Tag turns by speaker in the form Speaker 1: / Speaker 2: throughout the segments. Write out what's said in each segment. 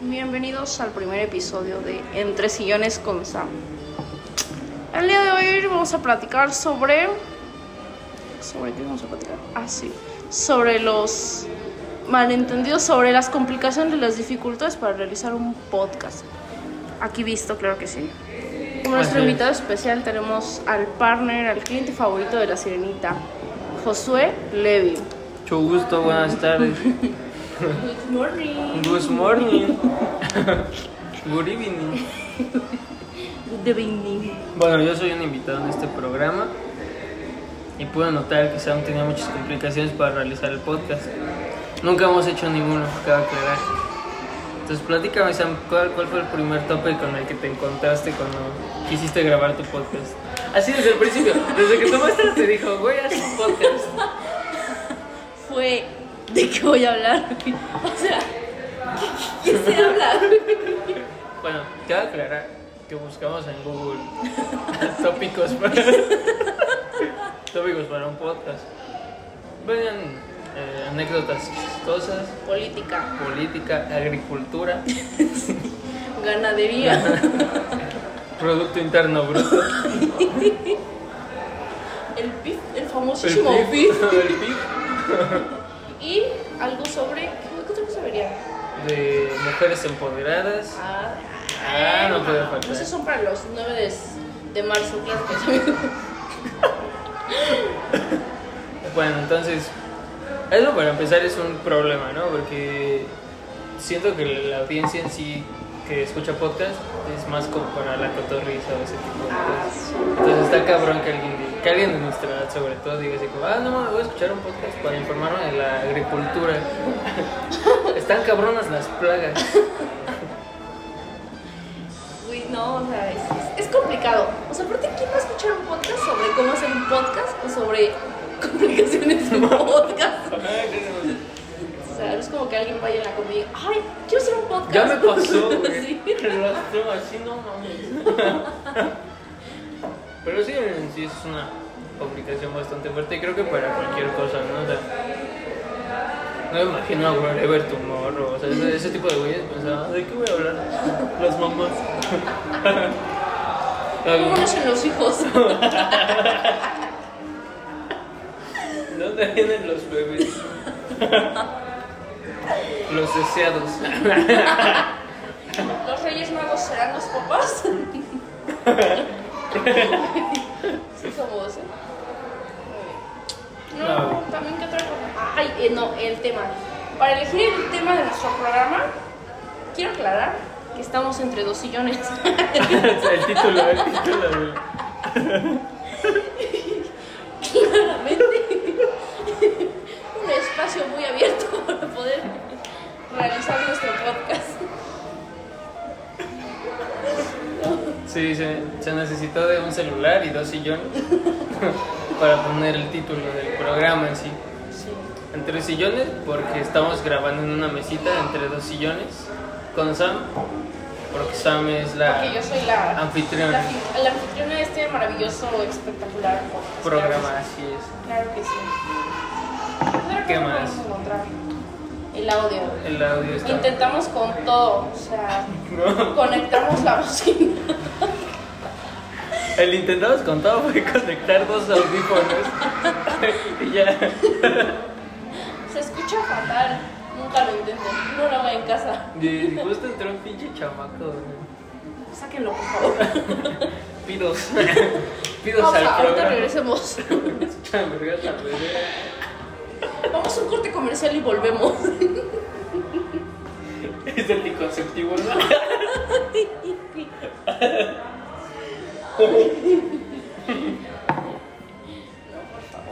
Speaker 1: Bienvenidos al primer episodio de Entre Sillones con Sam. El día de hoy vamos a platicar sobre. ¿Sobre qué vamos a platicar? Ah, sí. Sobre los malentendidos, sobre las complicaciones y las dificultades para realizar un podcast. Aquí visto, claro que sí. Como nuestro
Speaker 2: Así es.
Speaker 1: invitado especial tenemos al partner, al cliente favorito de la sirenita, Josué Levy.
Speaker 2: Mucho gusto, buenas tardes.
Speaker 1: Good morning.
Speaker 2: Good morning. Good evening.
Speaker 1: Good evening.
Speaker 2: Bueno, yo soy un invitado en este programa y pude notar que Sam tenía muchas complicaciones para realizar el podcast. Nunca hemos hecho ninguno, cabe aclarar. Entonces, platícame, Sam, ¿cuál, cuál fue el primer tope con el que te encontraste cuando quisiste grabar tu podcast? Así desde el principio, desde que tomaste te dijo, güey, haz un podcast.
Speaker 1: fue de qué voy a hablar. O sea, ¿qué, qué, qué sé hablar?
Speaker 2: Bueno, cabe aclarar que buscamos en Google tópicos para, tópicos para un podcast. Venían eh, anécdotas chistosas,
Speaker 1: Política,
Speaker 2: política, agricultura,
Speaker 1: ganadería,
Speaker 2: Producto Interno Bruto,
Speaker 1: el PIB, el
Speaker 2: el
Speaker 1: famosísimo
Speaker 2: PIB,
Speaker 1: PIB,
Speaker 2: el PIB
Speaker 1: y algo sobre. ¿Qué otra cosa vería?
Speaker 2: de mujeres empoderadas.
Speaker 1: Ah,
Speaker 2: Ah, no puede faltar.
Speaker 1: Esos son para los 9 de, de marzo, claro que sí.
Speaker 2: Bueno, entonces, eso para empezar es un problema, ¿no? Porque siento que la audiencia en sí que escucha podcast es más como para la cotorriza o ese tipo de cosas. Entonces está cabrón que alguien, diga- que alguien de nuestra edad sobre todo diga así como, ah, no, mames, voy a escuchar un podcast para informarme de la agricultura. Están cabronas las plagas.
Speaker 1: Uy, no, o sea, es, es- es complicado. O sea, aparte, ¿quién va a escuchar un podcast sobre cómo hacer un podcast o sobre complicaciones de un podcast? O sea, no es como que alguien vaya en la comida y diga, ay, quiero hacer un podcast.
Speaker 2: Ya me pasó, güey. Ah,
Speaker 1: Sí.
Speaker 2: Rastro, así no mames. Pero sí, en sí es una complicación bastante fuerte. Y creo que para cualquier cosa, ¿no? O sea, no me imagino a Wherever Tomorrow. O sea, ese, ese tipo de güeyes pensaban, ¿de qué voy a hablar? Las mamás.
Speaker 1: ¿Cómo nacen los hijos?
Speaker 2: ¿De dónde vienen los bebés? Los deseados.
Speaker 1: ¿Los reyes magos serán los papás? sí, somos, ¿eh? Muy bien. No,
Speaker 2: No.
Speaker 1: también que otra cosa. Ay, eh, no, el tema. Para elegir el tema de nuestro programa, quiero aclarar que estamos entre dos sillones.
Speaker 2: el título, el título. del-
Speaker 1: claramente un espacio muy abierto para poder realizar nuestro podcast.
Speaker 2: Sí, se, se necesitó de un celular y dos sillones para poner el título del programa en sí.
Speaker 1: Sí.
Speaker 2: Entre sillones, porque estamos grabando en una mesita entre dos sillones con Sam, porque Sam es
Speaker 1: Porque yo
Speaker 2: la
Speaker 1: soy la, la,
Speaker 2: anfitriona
Speaker 1: fi- la anfitriona de este maravilloso, espectacular podcast.
Speaker 2: programa, así es.
Speaker 1: Claro que sí. Claro que sí. Pero
Speaker 2: ¿Qué
Speaker 1: ¿cómo
Speaker 2: más?
Speaker 1: podemos encontrar el audio.
Speaker 2: El audio está.
Speaker 1: Intentamos con todo, o sea,
Speaker 2: No,
Speaker 1: conectamos la bocina.
Speaker 2: el intentamos con todo fue conectar dos audífonos y ya.
Speaker 1: Se escucha fatal. Nunca lo intenten. No lo haga en casa.
Speaker 2: Y justo entró un pinche chamaco. ¿no?
Speaker 1: Sáquenlo, por favor.
Speaker 2: Pidos. Pidos
Speaker 1: Vamos,
Speaker 2: al
Speaker 1: ahorita
Speaker 2: programa.
Speaker 1: regresemos.
Speaker 2: Esta verga, esta verga.
Speaker 1: Vamos a un corte comercial y volvemos.
Speaker 2: Es el anticonceptivo, ¿no?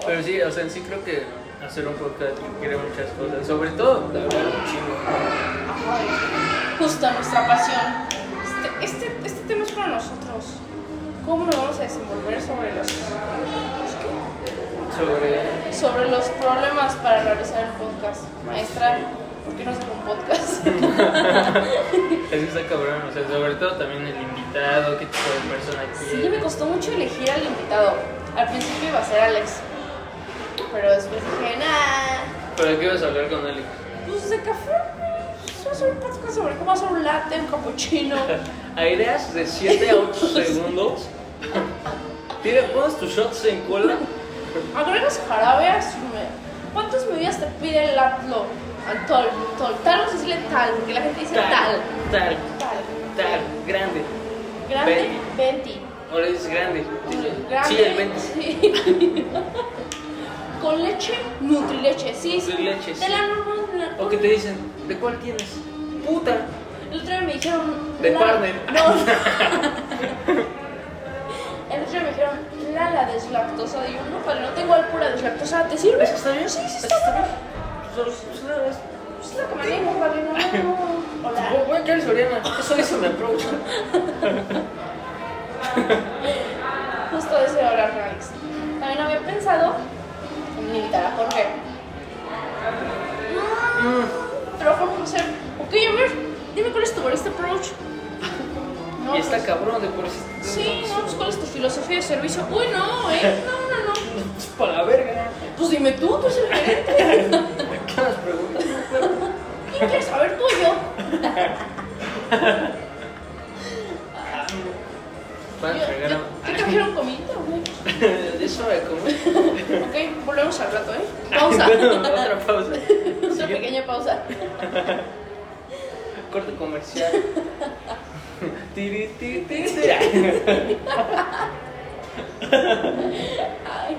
Speaker 2: Pero sí, o sea, en sí creo que hacer un podcast requiere muchas cosas, sobre todo de hablar un chingo.
Speaker 1: Ay, Justo nuestra pasión. Este, este, este tema es para nosotros. ¿Cómo nos vamos a desenvolver sobre los, los
Speaker 2: Sobre.
Speaker 1: qué? sobre los problemas para realizar el podcast? Maestra, ¿por qué no hacer un podcast?
Speaker 2: Es que está cabrón, o sea, sobre todo también el invitado, qué tipo de persona
Speaker 1: Sí, me
Speaker 2: quiere.
Speaker 1: costó mucho elegir al invitado. Al principio iba a ser Alex, pero después dije, nah,
Speaker 2: ¿Pero de qué vas a hablar con Alex?
Speaker 1: pues de café, pues, hacer un podcast sobre cómo hacer un latte, un cappuccino.
Speaker 2: Aireas de 7 a 8 segundos. Tira, pones tus shots en cola.
Speaker 1: Agregas jarabe a su me- ¿Cuántas medidas te pide el atlo? Al tol, tol. Tal no se dice tal, porque la gente dice tal.
Speaker 2: Tal,
Speaker 1: Tal.
Speaker 2: tal, grande.
Speaker 1: Grande, 20.
Speaker 2: Ahora dices grande.
Speaker 1: Grande.
Speaker 2: Sí, el 20.
Speaker 1: sí. Con leche, nutrileche. Sí, sí.
Speaker 2: Nutrileche, sí.
Speaker 1: De la normal. de la-
Speaker 2: O que te dicen, ¿de cuál tienes? Puta.
Speaker 1: El otro día me dijeron.
Speaker 2: De
Speaker 1: la-
Speaker 2: partner.
Speaker 1: No. El otro día me dijeron, Lala deslactosada. Y yo, no, pero no tengo al pura deslactosada. ¿Te sirve?
Speaker 2: ¿Eso está bien?
Speaker 1: Sí, sí,
Speaker 2: ¿Eso
Speaker 1: está
Speaker 2: está
Speaker 1: bien.
Speaker 2: bien? Pues, Solo- solo una vez.
Speaker 1: Pues Es la que manejo, vale, no. Hola.
Speaker 2: Voy a quedar Soriana. Eso dice mi approach.
Speaker 1: Justo de ese hablar Alex. También había pensado en invitar a Jorge. Mm, Pero Jorge, o sea, ok, a ver, dime cuál es tu barista approach. No,
Speaker 2: Y está
Speaker 1: pues,
Speaker 2: cabrón de por eso.
Speaker 1: Sí, no, pues cuál es tu filosofía de servicio. Uy, no, eh. No, no, no.
Speaker 2: Es para la verga.
Speaker 1: Pues dime tú, tú eres el gerente.
Speaker 2: ¿Qué nos preguntas?
Speaker 1: ¿Quién quieres saber tú o yo?
Speaker 2: Van a
Speaker 1: Yo-
Speaker 2: fregar
Speaker 1: yo- ¿Qué trajeron comida, güey?
Speaker 2: a- De eso de comer.
Speaker 1: Ok, volvemos al rato, ¿eh? Pausa.
Speaker 2: Otra pausa.
Speaker 1: Otra pequeña pausa.
Speaker 2: Corte comercial. Tiri, tiri, tiri, tiri.
Speaker 1: Ay.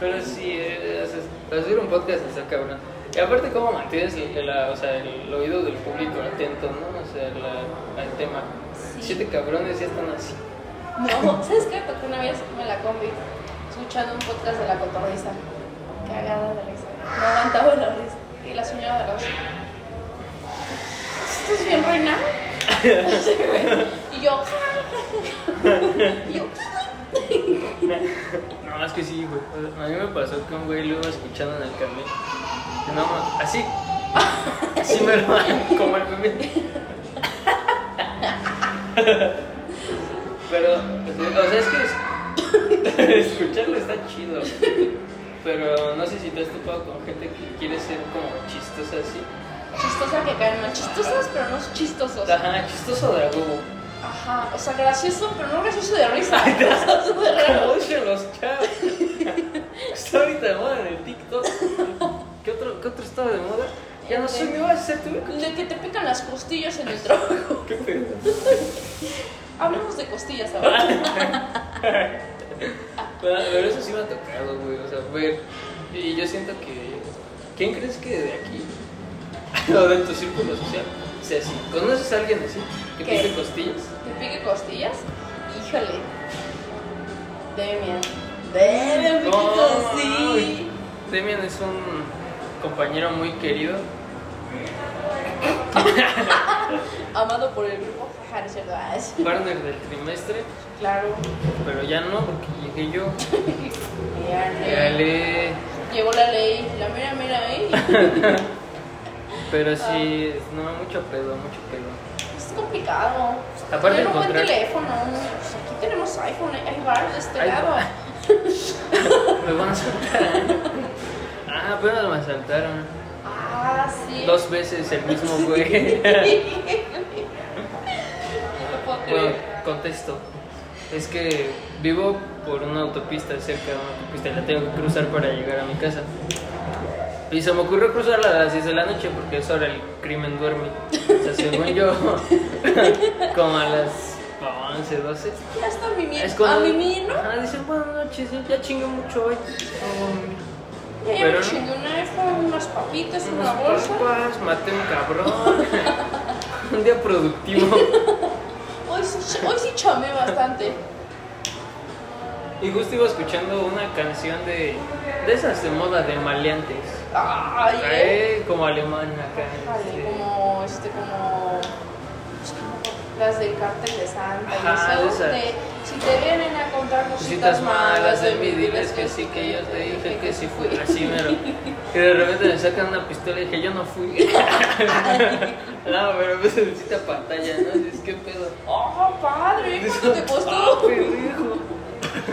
Speaker 2: Pero sí, eh, o sea, hacer un podcast está cabrón. Y aparte, ¿cómo mantienes el, la- o sea, el oído del público atento, no? O sea, la- al tema.
Speaker 1: Sí.
Speaker 2: Siete cabrones ya están así.
Speaker 1: No, ¿sabes qué? Porque una vez me la combi escuchando un podcast de la cotorriza. Cagada de risa. No aguantaba la risa. Y la señora de la risa. ¿Estás bien, reina? Así, güey. y yo. "Ah, y yo.
Speaker 2: No, es que sí, güey. A mí me pasó que un güey lo iba escuchando en el camión. Y No, ma- así. Así me lo como el bebé. Pero, o sea, es que es- escucharlo está chido. Pero no sé si te has topado con gente que quiere ser como chistosa así.
Speaker 1: Chistosa que caen mal. Chistosas, pero no chistosos.
Speaker 2: Ajá, chistoso de algo.
Speaker 1: Ajá. O sea, gracioso, pero no gracioso de risa. Gracioso de
Speaker 2: Como
Speaker 1: raro.
Speaker 2: dicen los chavos. Está ahorita de moda en el TikTok. ¿Qué otro, qué otro estaba de moda? Ya no sé, me vas a hacer tú.
Speaker 1: De que te pican las costillas en el trabajo.
Speaker 2: ¿Qué pedo?
Speaker 1: Hablemos de costillas ahora.
Speaker 2: Pero eso sí me ha tocado, güey. O sea, ver. Y yo siento que. ¿Quién crees que de aquí, o de tu círculo social, sea así? ¿Conoces a alguien así? ¿Que
Speaker 1: ¿Qué?
Speaker 2: pique costillas?
Speaker 1: ¿Te pique costillas? Híjole. Demian. Demian, pique
Speaker 2: sí.
Speaker 1: costillas.
Speaker 2: Demian es un compañero muy querido.
Speaker 1: Amado por el grupo. Jaja, no es cierto. Ah, sí.
Speaker 2: Partner del trimestre.
Speaker 1: Claro.
Speaker 2: Pero ya no, porque llegué yo.
Speaker 1: Ya,
Speaker 2: Ya
Speaker 1: eh.
Speaker 2: le-
Speaker 1: Llegó la ley. La mira, mira, eh.
Speaker 2: Pero sí, no, mucho pedo, mucho pedo.
Speaker 1: es complicado.
Speaker 2: Aparte
Speaker 1: Tener un buen
Speaker 2: encontrar-
Speaker 1: teléfono. Pues aquí tenemos iPhone. Hay bar de este
Speaker 2: Hay-
Speaker 1: lado.
Speaker 2: Me van a saltar. Ah, apenas me asaltaron.
Speaker 1: Ah, sí.
Speaker 2: Dos veces el mismo güey.
Speaker 1: No puedo
Speaker 2: Bueno,
Speaker 1: creer.
Speaker 2: contesto. Es que vivo por una autopista cerca de una autopista y la tengo que cruzar para llegar a mi casa. Y se me ocurrió cruzarla a las 10 de la noche porque es hora el crimen duerme. O sea, según yo, como a las 11, 12.
Speaker 1: Ya está mimir.
Speaker 2: Es
Speaker 1: A
Speaker 2: cuando-
Speaker 1: mimir, ¿no?
Speaker 2: Ah, dice, buenas noches, ya- ya chingué mucho hoy.
Speaker 1: Oh,
Speaker 2: Um,
Speaker 1: Ya me
Speaker 2: Pero no.
Speaker 1: chingué un iPhone, unas papitas, una
Speaker 2: unas
Speaker 1: bolsa.
Speaker 2: papas, maté un cabrón. un día productivo.
Speaker 1: Hoy sí, hoy sí chamé bastante.
Speaker 2: Y justo iba escuchando una canción de, de esas de moda de maleantes.
Speaker 1: Ay, eh.
Speaker 2: Eh, como alemán acá.
Speaker 1: Vale,
Speaker 2: este.
Speaker 1: como, este, como las del cartel de Santa. y
Speaker 2: Ajá,
Speaker 1: eso,
Speaker 2: esas.
Speaker 1: de, si te vienen a contar
Speaker 2: Cositas
Speaker 1: cositas
Speaker 2: malas de mí, diles que sí, que yo te dije que sí fui. Así mero. Y de repente me sacan una pistola y dije, yo no fui. no, pero pues necesita pantalla, ¿no? Dices, ¿qué pedo?
Speaker 1: Oh, padre, ¿cuánto te
Speaker 2: Ah,
Speaker 1: costó?
Speaker 2: pendejo.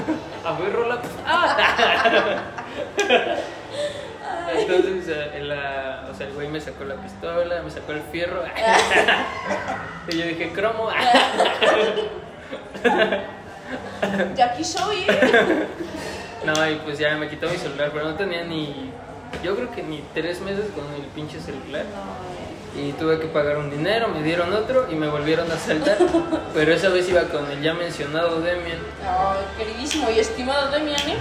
Speaker 2: A ver, rola. Ah.
Speaker 1: Ay,
Speaker 2: Entonces, eh, la- o sea, el güey me sacó la pistola, me sacó el fierro. y yo dije, cromo.
Speaker 1: Jackie Show,
Speaker 2: no, y pues ya me quitó mi celular, pero no tenía ni. Yo creo que ni tres meses con el pinche celular.
Speaker 1: eh.
Speaker 2: Y tuve que pagar un dinero, me dieron otro y me volvieron a asaltar. Pero esa vez iba con el ya mencionado Demian.
Speaker 1: queridísimo y estimado Demian, ¿eh?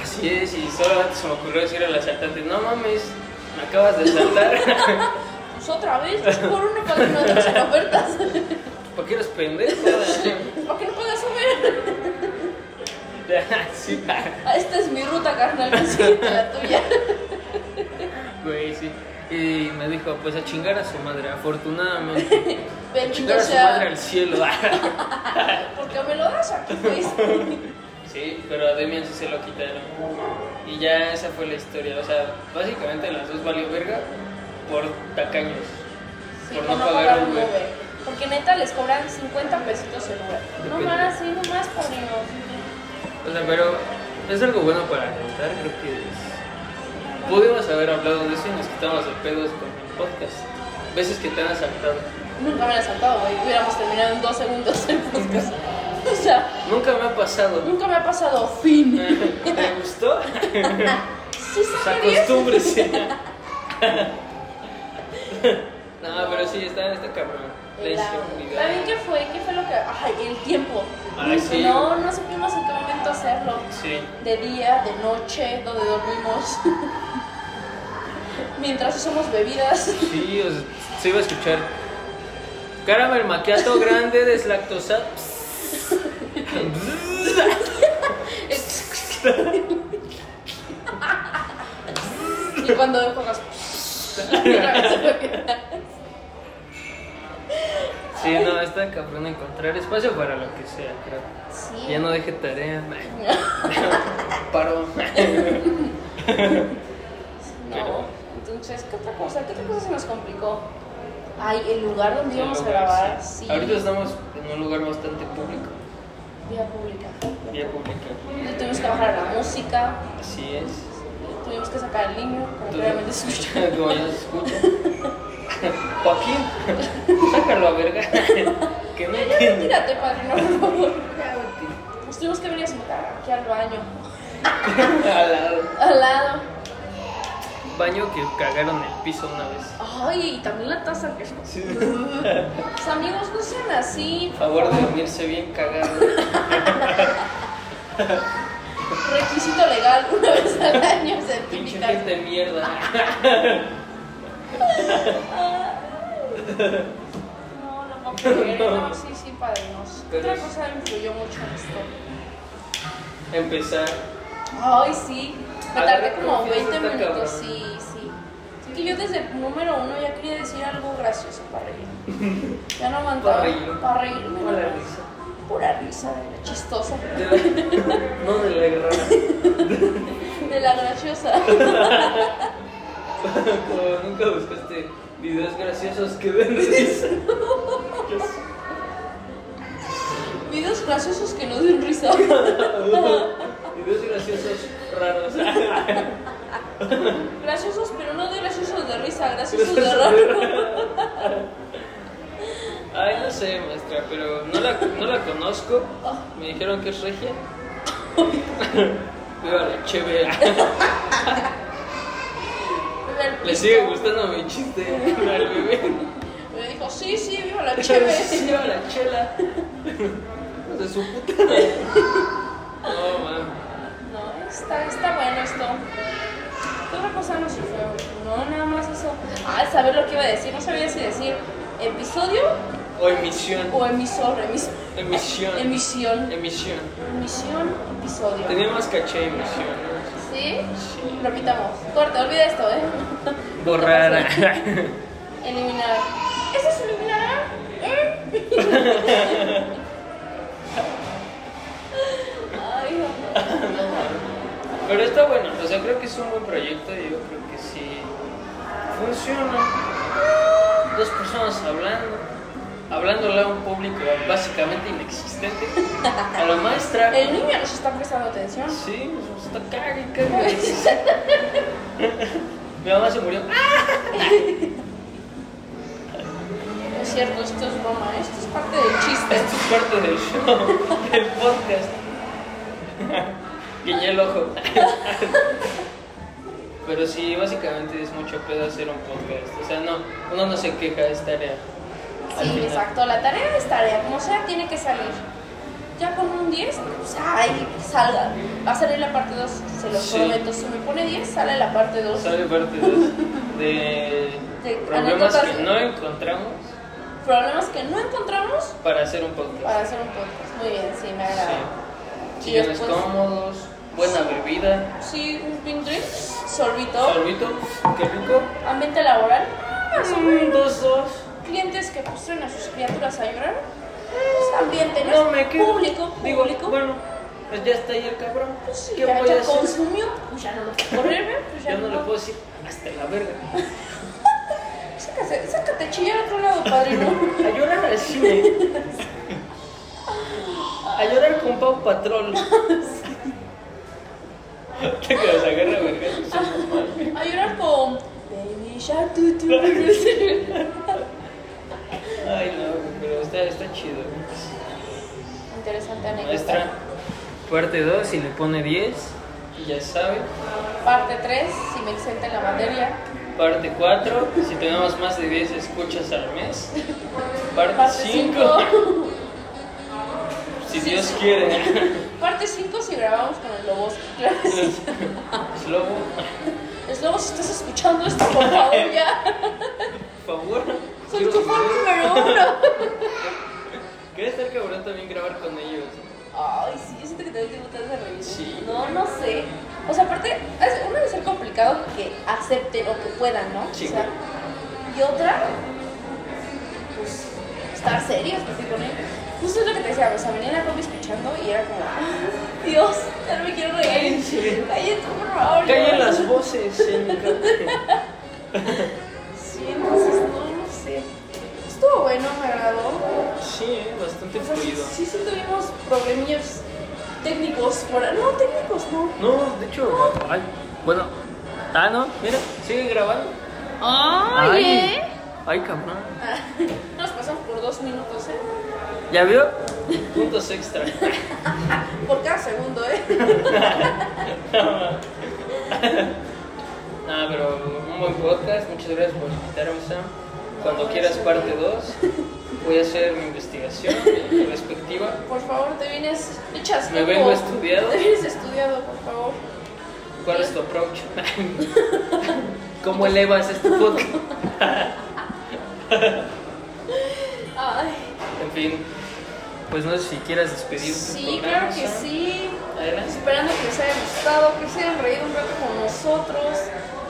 Speaker 2: Así es, y solamente se me ocurrió decir al asaltante, no mames, me acabas de asaltar.
Speaker 1: Pues otra vez, por uno para que no te echen ofertas.
Speaker 2: ¿Por qué eres pendejo?
Speaker 1: ¿Para que no puedas subir?
Speaker 2: sí,
Speaker 1: Ah, Esta es mi ruta, carnal, que sigue la tuya.
Speaker 2: güey, sí. Y me dijo, pues a chingar a su madre, afortunadamente. A
Speaker 1: Bendito
Speaker 2: chingar a su madre
Speaker 1: sea,
Speaker 2: al cielo.
Speaker 1: porque me lo das aquí, pues.
Speaker 2: sí, pero a Demian sí se lo quitaron. Y ya esa fue la historia. O sea, básicamente las dos valió verga por tacaños.
Speaker 1: Sí,
Speaker 2: por
Speaker 1: por
Speaker 2: no pagar
Speaker 1: un
Speaker 2: Uber.
Speaker 1: Uber. Porque neta les cobran 50 pesitos el Uber. No
Speaker 2: Depende.
Speaker 1: más, sí, no más por
Speaker 2: O sea, pero es algo bueno para contar, creo que es. Pudimos haber hablado de eso y nos quitamos de pedos con el podcast. Veces que te han asaltado.
Speaker 1: Nunca me han asaltado, güey. Hubiéramos terminado en dos segundos el podcast. O sea,
Speaker 2: Nunca me ha pasado.
Speaker 1: nunca me ha pasado fin.
Speaker 2: ¿Te gustó?
Speaker 1: Sí,
Speaker 2: Pues
Speaker 1: sabía.
Speaker 2: acostúmbrese. no, pero sí, está, está cabrón. La
Speaker 1: ¿También
Speaker 2: inseguridad.
Speaker 1: qué fue? ¿Qué fue lo que.? Ay, el tiempo.
Speaker 2: Ay, sí.
Speaker 1: No, no supimos en qué momento hacerlo.
Speaker 2: Sí.
Speaker 1: De día, de noche, donde dormimos. Mientras usamos bebidas.
Speaker 2: Sí, o sea, se iba a escuchar. Caramel maquiato grande deslactosado.
Speaker 1: y cuando juegas.
Speaker 2: Sí, no, está cabrón encontrar espacio para lo que sea, creo.
Speaker 1: sí.
Speaker 2: Ya no deje tarea. Paro.
Speaker 1: No. Entonces, ¿qué otra cosa? ¿Qué otra cosa se nos complicó? Ay, el lugar donde íbamos a
Speaker 2: Lugares.
Speaker 1: grabar. Sí.
Speaker 2: Ahorita estamos en un lugar bastante público.
Speaker 1: Vía pública.
Speaker 2: Vía pública.
Speaker 1: Le tuvimos que bajar a la música.
Speaker 2: Así es.
Speaker 1: Tuvimos que sacar el niño, como claramente se escucha.
Speaker 2: Como ya se escucha. Joaquín, sácalo a verga. que no entiende.
Speaker 1: Tírate, padrino, por favor. Nos tuvimos que venir a sentar aquí al baño,
Speaker 2: Al lado.
Speaker 1: al lado.
Speaker 2: Baño que cagaron el piso una vez.
Speaker 1: Ay, y también la taza que Los amigos no sean así.
Speaker 2: Favor de dormirse bien cagado.
Speaker 1: Requisito legal, una vez al año
Speaker 2: Pinche
Speaker 1: certificar.
Speaker 2: gente de mierda.
Speaker 1: Ah. No, no puedo creer.
Speaker 2: No.
Speaker 1: No, sí, sí, padrinos. ¿Qué
Speaker 2: Pero
Speaker 1: otra
Speaker 2: es-
Speaker 1: cosa influyó mucho en esto?
Speaker 2: Empezar.
Speaker 1: Ay, sí. Me
Speaker 2: Agarra
Speaker 1: tardé como
Speaker 2: confianza,
Speaker 1: 20
Speaker 2: está
Speaker 1: minutos.
Speaker 2: cabrón.
Speaker 1: Sí, sí. Es que yo desde el número uno ya quería decir algo gracioso para reír. Ya no aguantaba.
Speaker 2: Pa' reír.
Speaker 1: Para reírme.
Speaker 2: Con
Speaker 1: ¿no?
Speaker 2: la risa.
Speaker 1: Pura risa, de la chistosa.
Speaker 2: De la- No de la guerra.
Speaker 1: De la graciosa.
Speaker 2: Como nunca buscaste videos graciosos que den risa.
Speaker 1: Videos graciosos que no den risa.
Speaker 2: Videos graciosos raros.
Speaker 1: Graciosos, pero no de graciosos de risa, graciosos de raro.
Speaker 2: Ay, no sé, maestra, pero no la, no la conozco.
Speaker 1: Ah.
Speaker 2: Me dijeron que es regia. Viva la chévere. Le sigue gustando mi chiste al bebé.
Speaker 1: Me dijo, sí, sí, viva la chévere.
Speaker 2: Viva la chela. Hijos De su puta madre. No, mames.
Speaker 1: No, está, está bueno esto. ¿Qué otra cosa nos sufrió? No, nada más eso. Ah, saber lo que iba a decir. No sabía si decir episodio
Speaker 2: O emisión.
Speaker 1: o emisor. emis-
Speaker 2: Emisión.
Speaker 1: emisión.
Speaker 2: Emisión.
Speaker 1: Emisión, episodio.
Speaker 2: Tenía más caché emisión. ¿no?
Speaker 1: ¿Sí?
Speaker 2: Sí.
Speaker 1: Repitamos. Corte, olvida esto, ¿eh?
Speaker 2: Borrar.
Speaker 1: Eliminar. ¿Eso es eliminar? ¿Eh? Ay, no.
Speaker 2: Pero está bueno, o sea, creo que es un buen proyecto y yo creo que sí funciona. Dos personas hablando, hablándole a un público básicamente inexistente, a la maestra.
Speaker 1: El niño nos está prestando atención.
Speaker 2: Sí, pues, está caga y caga. Mi mamá se murió.
Speaker 1: Es cierto, esto es broma, ¿eh? esto es parte del chiste.
Speaker 2: Esto es parte del show, del podcast. Guiñé el ojo. Pero sí, básicamente es mucho pedo hacer un podcast. O sea, no, uno no se queja, es tarea. Al
Speaker 1: Sí,
Speaker 2: final.
Speaker 1: exacto, la tarea es tarea, como sea, tiene que salir. Ya con un 10, pues, ay, que salga. Va a salir la parte 2, se lo
Speaker 2: Sí.
Speaker 1: prometo. Si me pone 10, sale la parte 2.
Speaker 2: Sale parte dos de
Speaker 1: De
Speaker 2: problemas
Speaker 1: anécdotas.
Speaker 2: que no encontramos
Speaker 1: Problemas que no encontramos
Speaker 2: para hacer un podcast.
Speaker 1: para hacer un podcast. Muy bien, sí, me agrada.
Speaker 2: Sí.
Speaker 1: Y
Speaker 2: Sillones
Speaker 1: después-
Speaker 2: cómodos, buena
Speaker 1: Sí.
Speaker 2: bebida,
Speaker 1: Sí, un pin drink, sorbito,
Speaker 2: sorbito, qué rico.
Speaker 1: ambiente laboral. Ah,
Speaker 2: Mm, dos, dos.
Speaker 1: clientes que pusieron a sus criaturas a llorar. Es ambiente, ¿no?
Speaker 2: No
Speaker 1: Es
Speaker 2: me quedo.
Speaker 1: Público,
Speaker 2: Digo,
Speaker 1: público.
Speaker 2: bueno, pues ya está ahí el cabrón.
Speaker 1: Pues sí,
Speaker 2: ¿Qué
Speaker 1: ya,
Speaker 2: voy a
Speaker 1: ya
Speaker 2: hacer?
Speaker 1: consumió, pues ya no lo puedo correr, pues ya
Speaker 2: Yo no le puedo decir hasta la verga.
Speaker 1: Sácate, sácate chillar a otro lado, padrino.
Speaker 2: A llorar al cine. A llorar con Pau Patrol. Te quedas agarra verga.
Speaker 1: A llorar con Baby Shark tu, tu, tu.
Speaker 2: Ay, no, pero está, está chido.
Speaker 1: Interesante anécdota.
Speaker 2: Maestra, parte 2 y le pone 10. Y ya sabe.
Speaker 1: Parte 3, si me exenta la materia.
Speaker 2: Parte 4, si tenemos más de 10 escuchas al mes. Parte
Speaker 1: Parte
Speaker 2: 5,
Speaker 1: 5.
Speaker 2: si Dios quiere.
Speaker 1: Parte 5 si grabamos con el Lobos. Claro que sí.
Speaker 2: Los lobos.
Speaker 1: Es Lobos, si estás escuchando esto, por favor, ya.
Speaker 2: Por favor.
Speaker 1: Soy tu fan número uno.
Speaker 2: Quiere estar cabrón también grabar con ellos.
Speaker 1: Ay, sí, yo siento que tengo que botar de reír.
Speaker 2: Sí.
Speaker 1: No, no sé. O sea, aparte, es- una debe ser complicado que acepten o que puedan, ¿no?
Speaker 2: Sí,
Speaker 1: O sea, y otra, pues, estar serios, pues, sí, con él. Justo es lo que te decía, o sea, venía en la combi escuchando y era como, "Ah, Dios, ya no me quiero reír.
Speaker 2: Cállense.
Speaker 1: Cállate, por favor.
Speaker 2: Callen
Speaker 1: no".
Speaker 2: las voces, eh, Señor.
Speaker 1: Sí, entonces, no, no sé. Estuvo bueno, me agradó.
Speaker 2: Sí, eh, bastante
Speaker 1: O sea, sí,
Speaker 2: fluido.
Speaker 1: sí, sí tuvimos problemillas técnicos, por... no, técnicos no.
Speaker 2: No, de hecho, ay, bueno. Ah, no, mira, sigue grabando. Ay, ay, cabrón.
Speaker 1: Ah, Nos pasamos por dos minutos, ¿eh?
Speaker 2: ¿Ya vio? Puntos extra.
Speaker 1: Por cada segundo, ¿eh?
Speaker 2: Nada, pero un buen podcast. Muchas gracias por invitarme, Sam. Cuando quieras parte 2, voy a hacer mi investigación eh, respectiva.
Speaker 1: Por favor, te vienes. te Echas
Speaker 2: Me
Speaker 1: tiempo.
Speaker 2: vengo estudiado.
Speaker 1: Te vienes estudiado, por favor.
Speaker 2: ¿Cuál es tu approach? ¿Cómo elevas este podcast?
Speaker 1: Ay,
Speaker 2: En fin, pues no sé si quieras despedir. tu
Speaker 1: sí,
Speaker 2: programa,
Speaker 1: claro que
Speaker 2: Sam.
Speaker 1: sí.
Speaker 2: Adelante.
Speaker 1: Esperando que les haya gustado, que se hayan reído un rato con nosotros.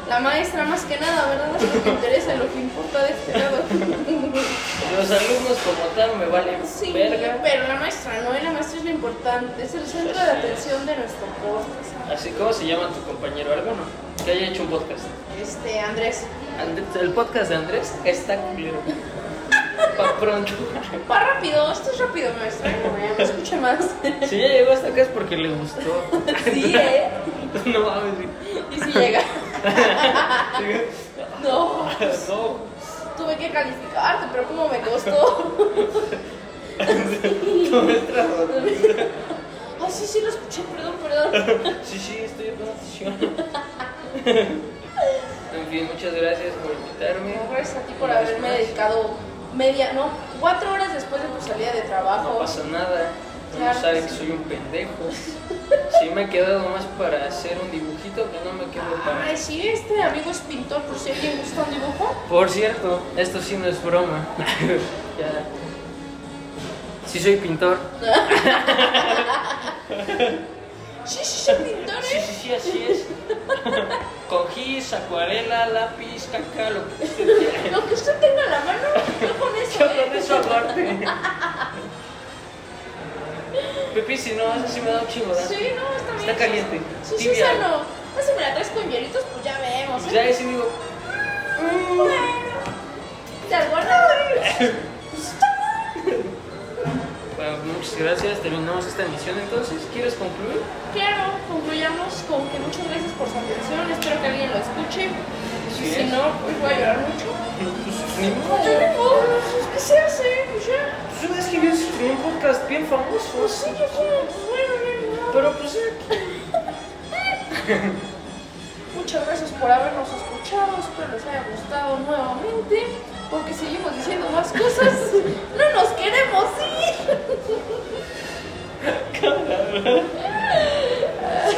Speaker 1: La maestra, más que nada, ¿verdad? Es lo que interesa, lo que importa de este lado.
Speaker 2: Los alumnos como tal me valen
Speaker 1: Sí,
Speaker 2: verga.
Speaker 1: pero la maestra no, y la maestra es lo importante. Es el centro de atención de nuestro podcast.
Speaker 2: Así como se llama tu compañero alguno que haya hecho un podcast.
Speaker 1: Este, Andrés.
Speaker 2: Andrés- el podcast de Andrés está culero. Pa' pronto.
Speaker 1: Va rápido, esto es rápido, maestra. No escucha más.
Speaker 2: Si ya llegó hasta acá es porque le gustó.
Speaker 1: Sí, ¿eh?
Speaker 2: No mames. güey.
Speaker 1: Y si llega. No,
Speaker 2: No.
Speaker 1: tuve que calificarte, pero ¿cómo me costó?
Speaker 2: Tu maestra Rodríguez.
Speaker 1: Ay, sí, sí, lo escuché, perdón, perdón.
Speaker 2: Sí, sí, estoy en atención. En fin, muchas gracias por invitarme.
Speaker 1: Gracias a ti por haberme dedicado media, no, cuatro horas después de tu salida de
Speaker 2: No
Speaker 1: trabajo.
Speaker 2: pasa nada. No
Speaker 1: Claro
Speaker 2: sabe
Speaker 1: que
Speaker 2: que
Speaker 1: sí.
Speaker 2: soy un pendejo. Sí me ha quedado más para hacer un dibujito que no me quedó para.
Speaker 1: Ay, sí, este amigo es pintor, por si alguien gusta un dibujo.
Speaker 2: Por cierto, esto sí no es broma. ya. Sí soy pintor.
Speaker 1: Sí, sí, sí, pintor,
Speaker 2: Sí,
Speaker 1: ¿eh?
Speaker 2: sí, sí, así es. Cogís, acuarela, lápiz, caca, lo que usted quiera.
Speaker 1: Lo que usted tenga en la mano, yo con eso,
Speaker 2: Yo con
Speaker 1: ¿eh?
Speaker 2: eso aparte. Pepi, si no, eso sí me da un chingo, ¿verdad?
Speaker 1: Sí, no, está bien.
Speaker 2: Está caliente.
Speaker 1: Sí, sí,
Speaker 2: Tibia.
Speaker 1: sano. Pues si me la traes con hielitos, pues ya vemos,
Speaker 2: Pues
Speaker 1: ¿eh?
Speaker 2: ya ahí sí digo,
Speaker 1: ¿Te has guardado?
Speaker 2: bueno, muchas gracias, terminamos esta emisión entonces. ¿Quieres concluir?
Speaker 1: Claro, concluyamos con que muchas gracias por su atención, espero que alguien lo escuche.
Speaker 2: Así
Speaker 1: Y si
Speaker 2: es.
Speaker 1: no, pues voy a llorar mucho.
Speaker 2: Pues, ni
Speaker 1: Pues yo
Speaker 2: modo.
Speaker 1: no puedo, pues, ¿qué se hace? Pues ya,
Speaker 2: Pues una vez que yo escribí un podcast bien famoso,
Speaker 1: pues sí, yo como, pues bueno, no, no.
Speaker 2: pero pues eh,
Speaker 1: Muchas gracias por habernos escuchado, espero les haya gustado nuevamente, porque seguimos diciendo más cosas. ¡No nos queremos ir!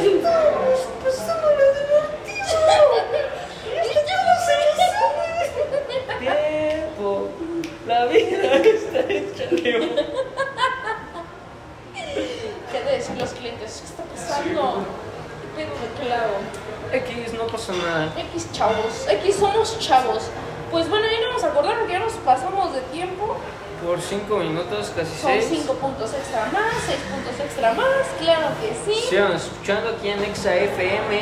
Speaker 1: Estamos pasándola divertido. Y yo no sé qué
Speaker 2: tiempo, la vida está hecha de
Speaker 1: ¿Qué han de decir los clientes? ¿Qué está pasando? ¿Qué pedo de clavo?
Speaker 2: X no pasa nada.
Speaker 1: X chavos, X somos chavos. Pues bueno, ya no nos acordamos que ya nos pasamos de tiempo.
Speaker 2: Por 5 minutos, casi
Speaker 1: Son
Speaker 2: 6.
Speaker 1: 5 puntos extra más, 6 puntos extra más, claro que sí.
Speaker 2: Sigan escuchando aquí en Exa FM.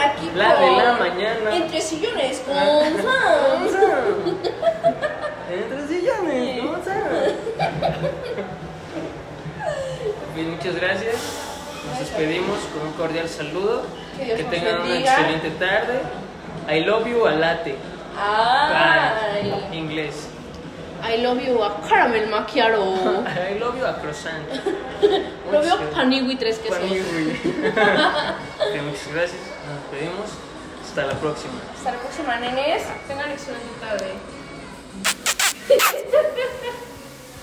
Speaker 1: Aquí
Speaker 2: La de
Speaker 1: con-
Speaker 2: la mañana.
Speaker 1: Entre sillones con fans.
Speaker 2: Entre sillones, ¿cómo sabes? Pues muchas gracias. Nos despedimos con un cordial saludo.
Speaker 1: Que Dios
Speaker 2: que
Speaker 1: nos
Speaker 2: tengan una
Speaker 1: bendiga.
Speaker 2: excelente tarde. I love you a latte. Bye.
Speaker 1: Ay,
Speaker 2: Inglés.
Speaker 1: I love you a caramel macchiato.
Speaker 2: I love you a croissant.
Speaker 1: Lo veo panigui tres quesos.
Speaker 2: Panini. Ok, Muchas gracias. Nos despedimos. Hasta la próxima.
Speaker 1: Hasta la próxima, nenes. Tengan excelente tarde.